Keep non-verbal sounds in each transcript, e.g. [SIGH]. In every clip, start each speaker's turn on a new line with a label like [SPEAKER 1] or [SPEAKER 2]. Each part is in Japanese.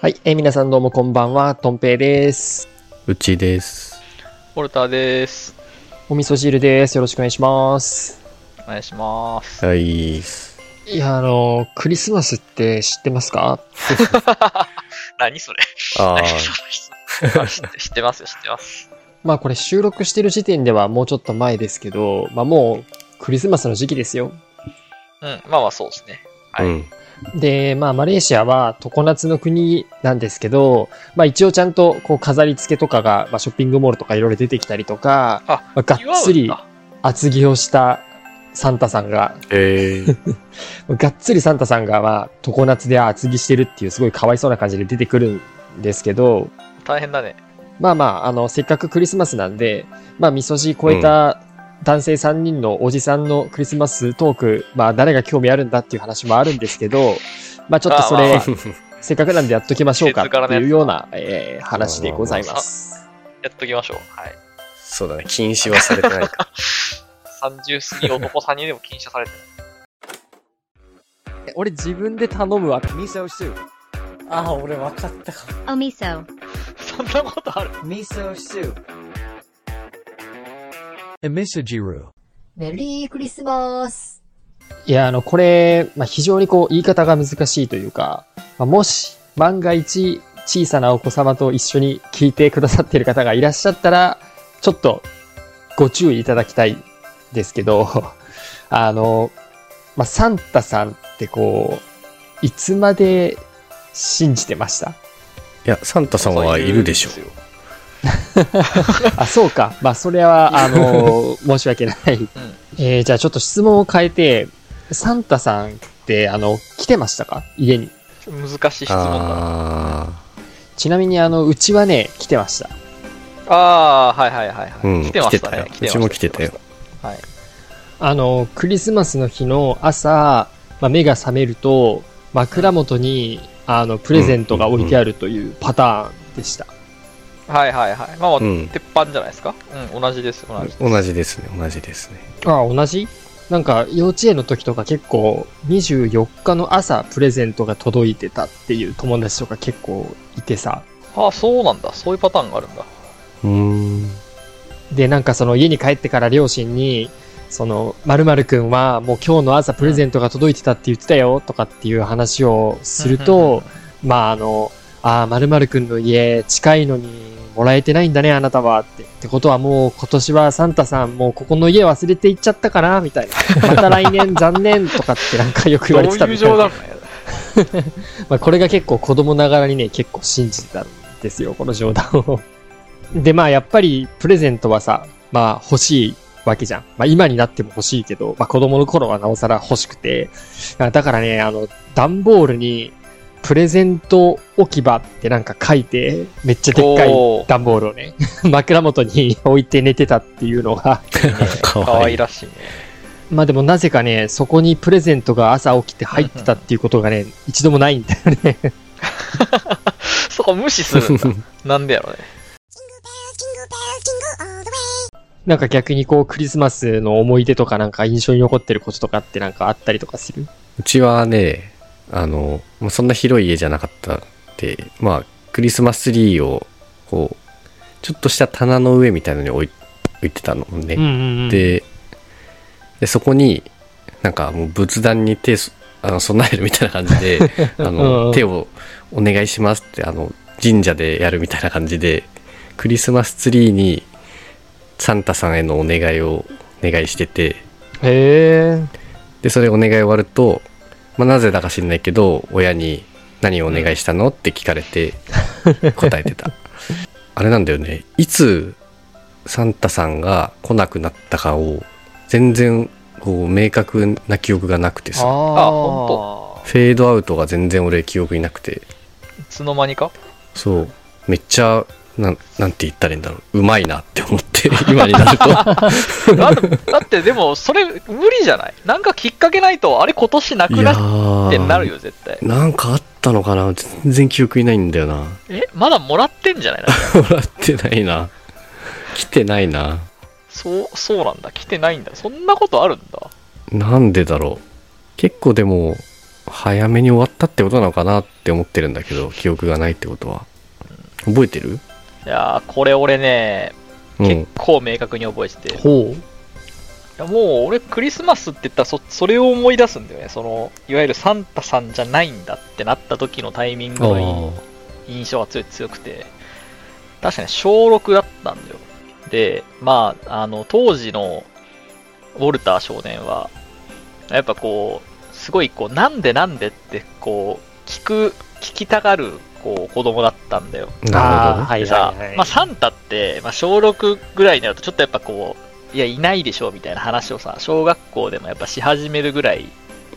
[SPEAKER 1] はい、えー皆さんどうもこんばんは、とんぺいです。
[SPEAKER 2] うちです。
[SPEAKER 3] ポルターです。
[SPEAKER 1] お味噌汁です。よろしくお願いします。
[SPEAKER 3] お願いします。
[SPEAKER 2] はい。
[SPEAKER 1] いや、あのー、クリスマスって知ってますか
[SPEAKER 3] 何それ
[SPEAKER 2] ああ
[SPEAKER 3] 何、その人あ知 [LAUGHS] って知ってますよ、知ってます。
[SPEAKER 1] まあこれ収録してる時点ではもうちょっと前ですけど、まあもうクリスマスの時期ですよ。
[SPEAKER 3] うん、まあまあそうですね。はい
[SPEAKER 2] うん。
[SPEAKER 1] で、まあマレーシアは常夏の国なんですけど、まあ一応ちゃんとこう飾り付けとかが、まあショッピングモールとかいろいろ出てきたりとか、
[SPEAKER 3] あ
[SPEAKER 1] まあ、がっつり
[SPEAKER 3] 祝うんだ
[SPEAKER 1] 厚着をしたサンタさんが
[SPEAKER 2] えー、
[SPEAKER 1] がっつりサンタさんが、まあ、常夏で厚着してるっていう、すごいかわいそうな感じで出てくるんですけど、
[SPEAKER 3] 大変だね。
[SPEAKER 1] まあまあ、あの、せっかくクリスマスなんで、まあ、みそじ超えた男性3人のおじさんのクリスマストーク、まあ、誰が興味あるんだっていう話もあるんですけど、まあ、ちょっとそ
[SPEAKER 3] まあ
[SPEAKER 1] れ
[SPEAKER 3] ま、
[SPEAKER 1] せっかくなんでやっときましょうかっていうような、えー話でござい
[SPEAKER 3] まあ
[SPEAKER 1] ま。
[SPEAKER 3] ますやっときましょう。はい。
[SPEAKER 2] [LAUGHS] そうだね。禁止はされてないか。
[SPEAKER 3] 30過ぎ男3人でも禁止されてる。
[SPEAKER 1] 俺、自分で頼むわ。味噌汁。
[SPEAKER 4] ああ、俺分かったかも。
[SPEAKER 5] お味噌。
[SPEAKER 3] [LAUGHS] そんなことある
[SPEAKER 4] 味噌汁。
[SPEAKER 6] Emisajiru.
[SPEAKER 7] メリークリスマス
[SPEAKER 1] いや、あの、これ、まあ、非常にこう、言い方が難しいというか、まあ、もし、万が一、小さなお子様と一緒に聞いてくださっている方がいらっしゃったら、ちょっと、ご注意いただきたいですけど、 [LAUGHS] あの、まあ、サンタさんってこう、いつまで信じてました
[SPEAKER 2] いや、サンタさんはいるでしょ。
[SPEAKER 3] そういうんすよ
[SPEAKER 1] あ、そうか。まあ、それは、あの、申し訳ない。えーじゃあちょっと質問を変えて、サンタさんって、あの、来てましたか家に。
[SPEAKER 3] ちょっと難しい質問だ。
[SPEAKER 2] あ
[SPEAKER 1] ちなみに、あの、うちはね、来てました。
[SPEAKER 3] ああー、はいはいはいは
[SPEAKER 2] あ、うん。
[SPEAKER 3] い。来てましたね。
[SPEAKER 2] 来てたようちも来てたよ。。
[SPEAKER 3] はい。
[SPEAKER 1] あの、クリスマスの日の朝、まあ、目が覚めると、枕元に、あの、プレゼントが置いてあるというパターンでした。
[SPEAKER 3] はいはいはい。まあまあ、
[SPEAKER 2] うん
[SPEAKER 3] 鉄板じゃないですか。うん、同じです、同じです。
[SPEAKER 2] 同じですね。同じですね。
[SPEAKER 1] あ、同じなんか、幼稚園の時とか結構、24日の朝、プレゼントが届いてたっていう友達とか結構いてさ。
[SPEAKER 3] ああ、そうなんだ。そういうパターンがあるんだ。
[SPEAKER 2] うーん。
[SPEAKER 1] で、なんかその家に帰ってから両親に、その、〇〇くんはもう今日の朝プレゼントが届いてたって言ってたよとかっていう話をすると、まああの、ああ、〇〇くんの家近いのにもらえてないんだね、あなたはって。ってことはもう今年はサンタさんもうここの家忘れていっちゃったかなみたいな。また来年残念とかってなんかよく言われてた
[SPEAKER 3] どう
[SPEAKER 1] み
[SPEAKER 3] いう
[SPEAKER 1] たい
[SPEAKER 3] 冗
[SPEAKER 1] な。
[SPEAKER 3] 談だよ。
[SPEAKER 1] まあこれが結構子供ながらにね、結構信じてたんですよ、この冗談を。 [LAUGHS] で、まあやっぱりプレゼントはさ、まあ欲しいわけじゃん。まあ今になっても欲しいけど、まあ子供の頃はなおさら欲しくて。あだからね、あの、段ボールにプレゼント置き場ってなんか書いて、めっちゃでっかい
[SPEAKER 3] おー
[SPEAKER 1] 段ボールをね、 [LAUGHS] 枕元に [LAUGHS] 置いて寝てたっていうのが、
[SPEAKER 2] [LAUGHS] か
[SPEAKER 3] か
[SPEAKER 2] わ
[SPEAKER 3] わ
[SPEAKER 2] い
[SPEAKER 3] い
[SPEAKER 2] い。
[SPEAKER 3] らしいね。
[SPEAKER 1] まあでもなぜかね、そこにプレゼントが朝起きて入ってたっていうことがね、一度もないんだよね。
[SPEAKER 3] そこ無視する
[SPEAKER 2] [LAUGHS]
[SPEAKER 3] んだ。なんでやろね。
[SPEAKER 1] なんか逆にこうクリスマスの思い出とかなんか印象に残ってることとかってなんかあったりとかする
[SPEAKER 2] うちはね、あの、まあそんな広い家じゃなかったんで、まあ、クリスマスツリーを、こう、ちょっとした棚の上みたいのに置い置いてたのね。
[SPEAKER 1] ん
[SPEAKER 2] ででそこになんかもう仏壇に手そあの備えるみたいな感じ
[SPEAKER 1] [LAUGHS]
[SPEAKER 2] であ
[SPEAKER 1] うんう
[SPEAKER 2] の
[SPEAKER 1] ん
[SPEAKER 2] 手をお願いしますってあの神社でやるみたいな感じでクリスマスツリーにサンタさんへのお願いをお願いしてて
[SPEAKER 1] へえ。
[SPEAKER 2] でそれお願い終わると、まあ、なぜだか知んないけど親に「何をお願いしたの?」って聞かれて答えて
[SPEAKER 3] [LAUGHS]
[SPEAKER 2] たあれなんだよねいつサンタさんが来なくなったかを全然こう明確な記憶がなくてさ
[SPEAKER 3] あ、
[SPEAKER 1] ああ、
[SPEAKER 3] ほんと。
[SPEAKER 2] フェードアウトが全然俺記憶になくて
[SPEAKER 3] いつの間にか
[SPEAKER 2] そうめっちゃなんなんて言ったらいいんだろううまいなって思って
[SPEAKER 3] [LAUGHS]
[SPEAKER 2] 今になると
[SPEAKER 3] だだってでも、それ無理じゃないなんかきっかけないと、あれ今年なく
[SPEAKER 2] いや
[SPEAKER 3] なっ
[SPEAKER 2] ー
[SPEAKER 3] てなるよ、絶対。
[SPEAKER 2] なんかあったのかな全然記憶にないんだよな
[SPEAKER 3] えまだもらってんじゃないなんか
[SPEAKER 2] もらってないな。来てないな。
[SPEAKER 3] そう、そうなんだ。来てないんだ。そんなことあるんだ。
[SPEAKER 2] なんでだろう。結構でも、早めに終わったってことなのかなって思ってるんだけど、記憶がないってことは。覚えてる
[SPEAKER 3] いやー、これ俺ね、
[SPEAKER 2] う
[SPEAKER 3] 結
[SPEAKER 2] ん。
[SPEAKER 3] 構明確に覚えてて。い
[SPEAKER 1] ほ
[SPEAKER 3] やもう俺クリスマスって言ったらそ、それを思い出すんだよね。その、いわゆるサンタさんじゃないんだってなった時のタイミングのいい
[SPEAKER 2] あ
[SPEAKER 3] 印象が強い強くて、確かに小6だったんだよ。で、まあ、あの、当時のウォルター少年は、やっぱこう、すごいこう、なんでなんでって、こう、聞く、聞きたがる、こう、子供だったんだよ。
[SPEAKER 2] あ。
[SPEAKER 1] う。
[SPEAKER 2] なるほ
[SPEAKER 1] あー
[SPEAKER 2] どね。
[SPEAKER 1] はい
[SPEAKER 3] でさ
[SPEAKER 1] はいはい。
[SPEAKER 3] まあ、サンタって、まあ、小6ぐらいになると、ちょっとやっぱこう、いや、いないでしょみたいな話をさ、小学校でもやっぱし始めるぐらい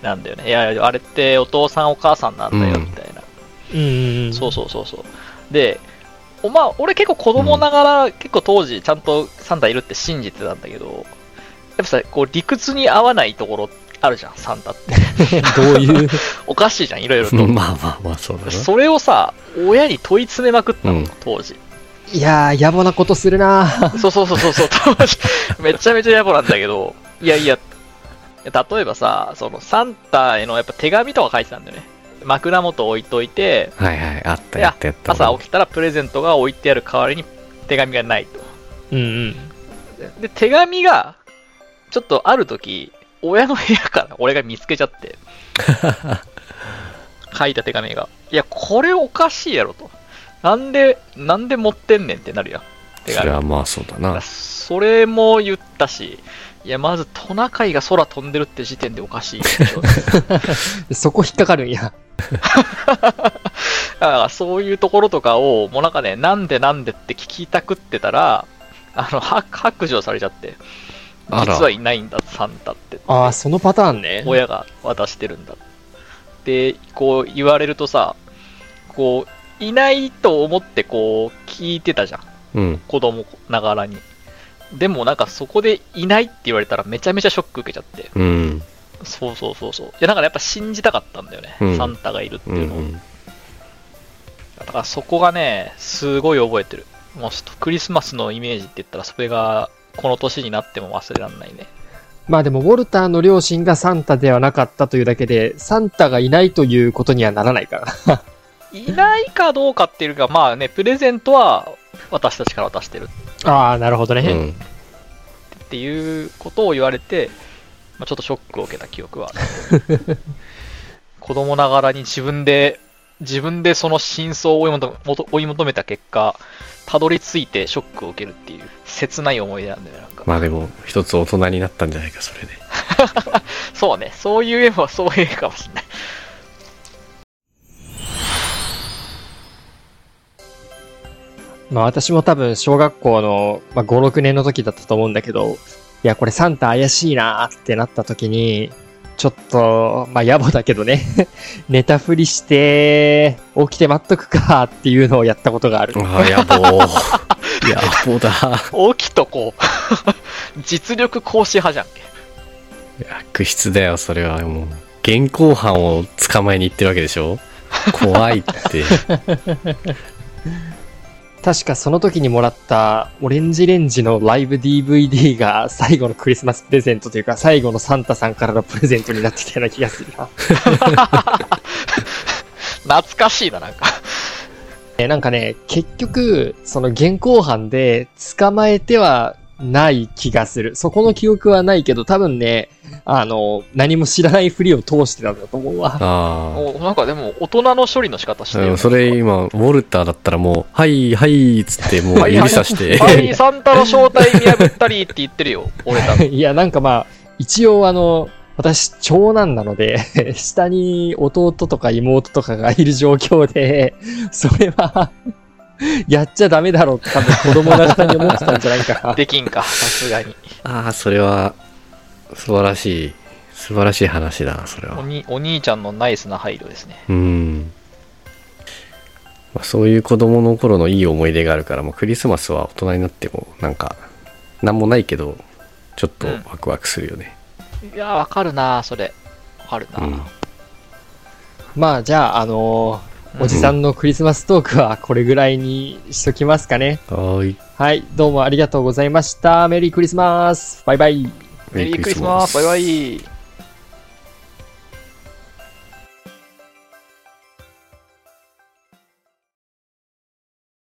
[SPEAKER 3] なんだよね。いや、あれってお父さんお母さんなんだよ、みたいな。
[SPEAKER 1] うんうんうん。
[SPEAKER 3] そうそうそうそう。で、おまあ、俺結構子供ながら、結構当時ちゃんとサンタいるって信じてたんだけど、やっぱさ、こう理屈に合わないところあるじゃん、サンタって。
[SPEAKER 1] [LAUGHS] どういう。
[SPEAKER 3] おかしいじゃん、いろいろ
[SPEAKER 2] [LAUGHS] まあ
[SPEAKER 3] と。
[SPEAKER 2] まあまあ、そうだな。
[SPEAKER 3] それをさ、親に問い詰めまくったの、
[SPEAKER 2] うん
[SPEAKER 3] 当時。
[SPEAKER 1] いやー、野暮なことするな
[SPEAKER 3] そうそうそうそうそう、当
[SPEAKER 2] [LAUGHS]
[SPEAKER 3] 時。めちゃめちゃ野暮なんだけど、いやいや、例えばさ、そのサンタへのやっぱ手紙とか書いてたんだよね。枕元置いといて、
[SPEAKER 2] はいはい。あったやったやった。
[SPEAKER 3] 朝起きたらプレゼントが置いてある代わりに手紙がないと。
[SPEAKER 1] うんうん。
[SPEAKER 3] で、手紙が、ちょっとある時、親の部屋から俺が見つけちゃ
[SPEAKER 2] [LAUGHS]
[SPEAKER 3] って、書いた手紙が。いや、これおかしいやろと。なんで、なんで持ってんねんってなるやん。手
[SPEAKER 2] それ
[SPEAKER 3] 紙。
[SPEAKER 2] はまあそうだな。
[SPEAKER 3] それも言ったし、いや、まずトナカイが空飛んでるって時点でお
[SPEAKER 2] [LAUGHS]
[SPEAKER 3] かしいでしょ。
[SPEAKER 1] そこ引っかかるんや。
[SPEAKER 3] だからそういうところとかを、もうなんかね、なんでなんでって聞きたくってたら、あの、は白状されちゃって、
[SPEAKER 2] あら
[SPEAKER 3] 実はいないんだ、サンタって。
[SPEAKER 1] ああ、そのパターンね。
[SPEAKER 3] [LAUGHS] 親が渡してるんだってこう言われるとさこういないと思ってこう聞いてたじゃ
[SPEAKER 2] う
[SPEAKER 3] ん
[SPEAKER 2] ん。
[SPEAKER 3] 子供ながらにでもなんかそこでいないって言われたらめちゃめちゃショック受けちゃって
[SPEAKER 2] うん。
[SPEAKER 3] そうそうそうそういやだからやっぱ信じたかったんだよね、
[SPEAKER 2] うん
[SPEAKER 3] サンタがいるって
[SPEAKER 2] うん
[SPEAKER 3] いううのを、
[SPEAKER 2] ん。
[SPEAKER 3] だからそこがねすごい覚えてるもうちょっとクリスマスのイメージって言ったらそれがこの年になっても忘れられないね
[SPEAKER 1] まあでも、ウォルターの両親がサンタではなかったというだけで、サンタがいないということにはならないから。
[SPEAKER 3] いないかどうかっていうかまあねプレゼントは私たちから渡してる
[SPEAKER 1] ああ、なるほどね。
[SPEAKER 2] うん。
[SPEAKER 3] っていうことを言われて、まあ、ちょっとショックを受けた記憶はあ
[SPEAKER 2] [LAUGHS]
[SPEAKER 3] る子供ながらに自分で自分でその真相を追い求め追い求めた結果たどり着いてショックを受けるっていう切ない思い出なんだよねなんか、
[SPEAKER 2] まあでも、一つ大人になったんじゃないか、そ
[SPEAKER 3] [LAUGHS]
[SPEAKER 2] れで。
[SPEAKER 3] そうねそういう絵はそういう絵かも
[SPEAKER 2] [LAUGHS]
[SPEAKER 3] しれない
[SPEAKER 1] まあ私も多分小学校の、まあ、5、6年の時だったと思うんだけど、いやこれサンタ怪しいなーってなった時に、ちょっと、まあ野暮だけどね、 [LAUGHS] 寝たふりして、起きて待っとくかっていうのをやったことがある。
[SPEAKER 2] ああ、野 [LAUGHS] 望。野望だ。
[SPEAKER 3] 起きとこう実力行使派じゃんけ
[SPEAKER 2] 悪質だよ、それは。もう、現行犯を捕まえに行ってるわけでしょ怖いって。
[SPEAKER 1] 確かその時にもらったオレンジレンジのライブ DVD が最後のクリスマスプレゼントというか最後のサンタさんからのプレゼントになってきたような気がするな。
[SPEAKER 3] 懐かしいななんか
[SPEAKER 1] え、なんかね、結局、その現行犯で捕まえてはない気がする。そこの記憶はないけど、多分ね、あの、何も知らないふりを通してたんだと思うわ。 [LAUGHS]
[SPEAKER 2] あ
[SPEAKER 3] もうなんかでも大人の処理の仕方し
[SPEAKER 2] あ。
[SPEAKER 3] てる
[SPEAKER 2] う
[SPEAKER 3] よ
[SPEAKER 2] ん
[SPEAKER 3] ね
[SPEAKER 2] それ今、ウォルターだったらもう、はい、はい、つって、もう
[SPEAKER 3] はい
[SPEAKER 2] 指さして。
[SPEAKER 3] はい、サンタの正体見破ったりって言ってるよ、俺だって
[SPEAKER 1] いや、なんかまあ、一応あの、私、長男なので、 [LAUGHS] 下に弟とか妹とかがいる状況で、それは、 [LAUGHS] やっちゃダメだろうって多分子供ながらに思ってたんじゃないか
[SPEAKER 3] [LAUGHS]
[SPEAKER 1] な。
[SPEAKER 3] できんか、さすがに。
[SPEAKER 2] [LAUGHS] ああ、それは、素晴らしい。素晴らしい話だな、それ
[SPEAKER 3] お
[SPEAKER 2] は。
[SPEAKER 3] にお兄ちゃんのナイスな配慮ですね。
[SPEAKER 2] うん。まあ、そういう子供の頃のいい思い出があるから、もうクリスマスは大人になっても、なんか、なんもないけど、ちょっとワクワクするよね。
[SPEAKER 3] いやー、わかるなー、それ。わかるなー、
[SPEAKER 2] うん
[SPEAKER 1] まあ、じゃあ、あの
[SPEAKER 3] う
[SPEAKER 1] おじさんのクリスマストークはこれぐらいにしときますかね。
[SPEAKER 2] はーい。
[SPEAKER 1] はい、どうもありがとうございました。メリークリスマス。バイバイ。
[SPEAKER 3] メリークリスマス、バイバイ。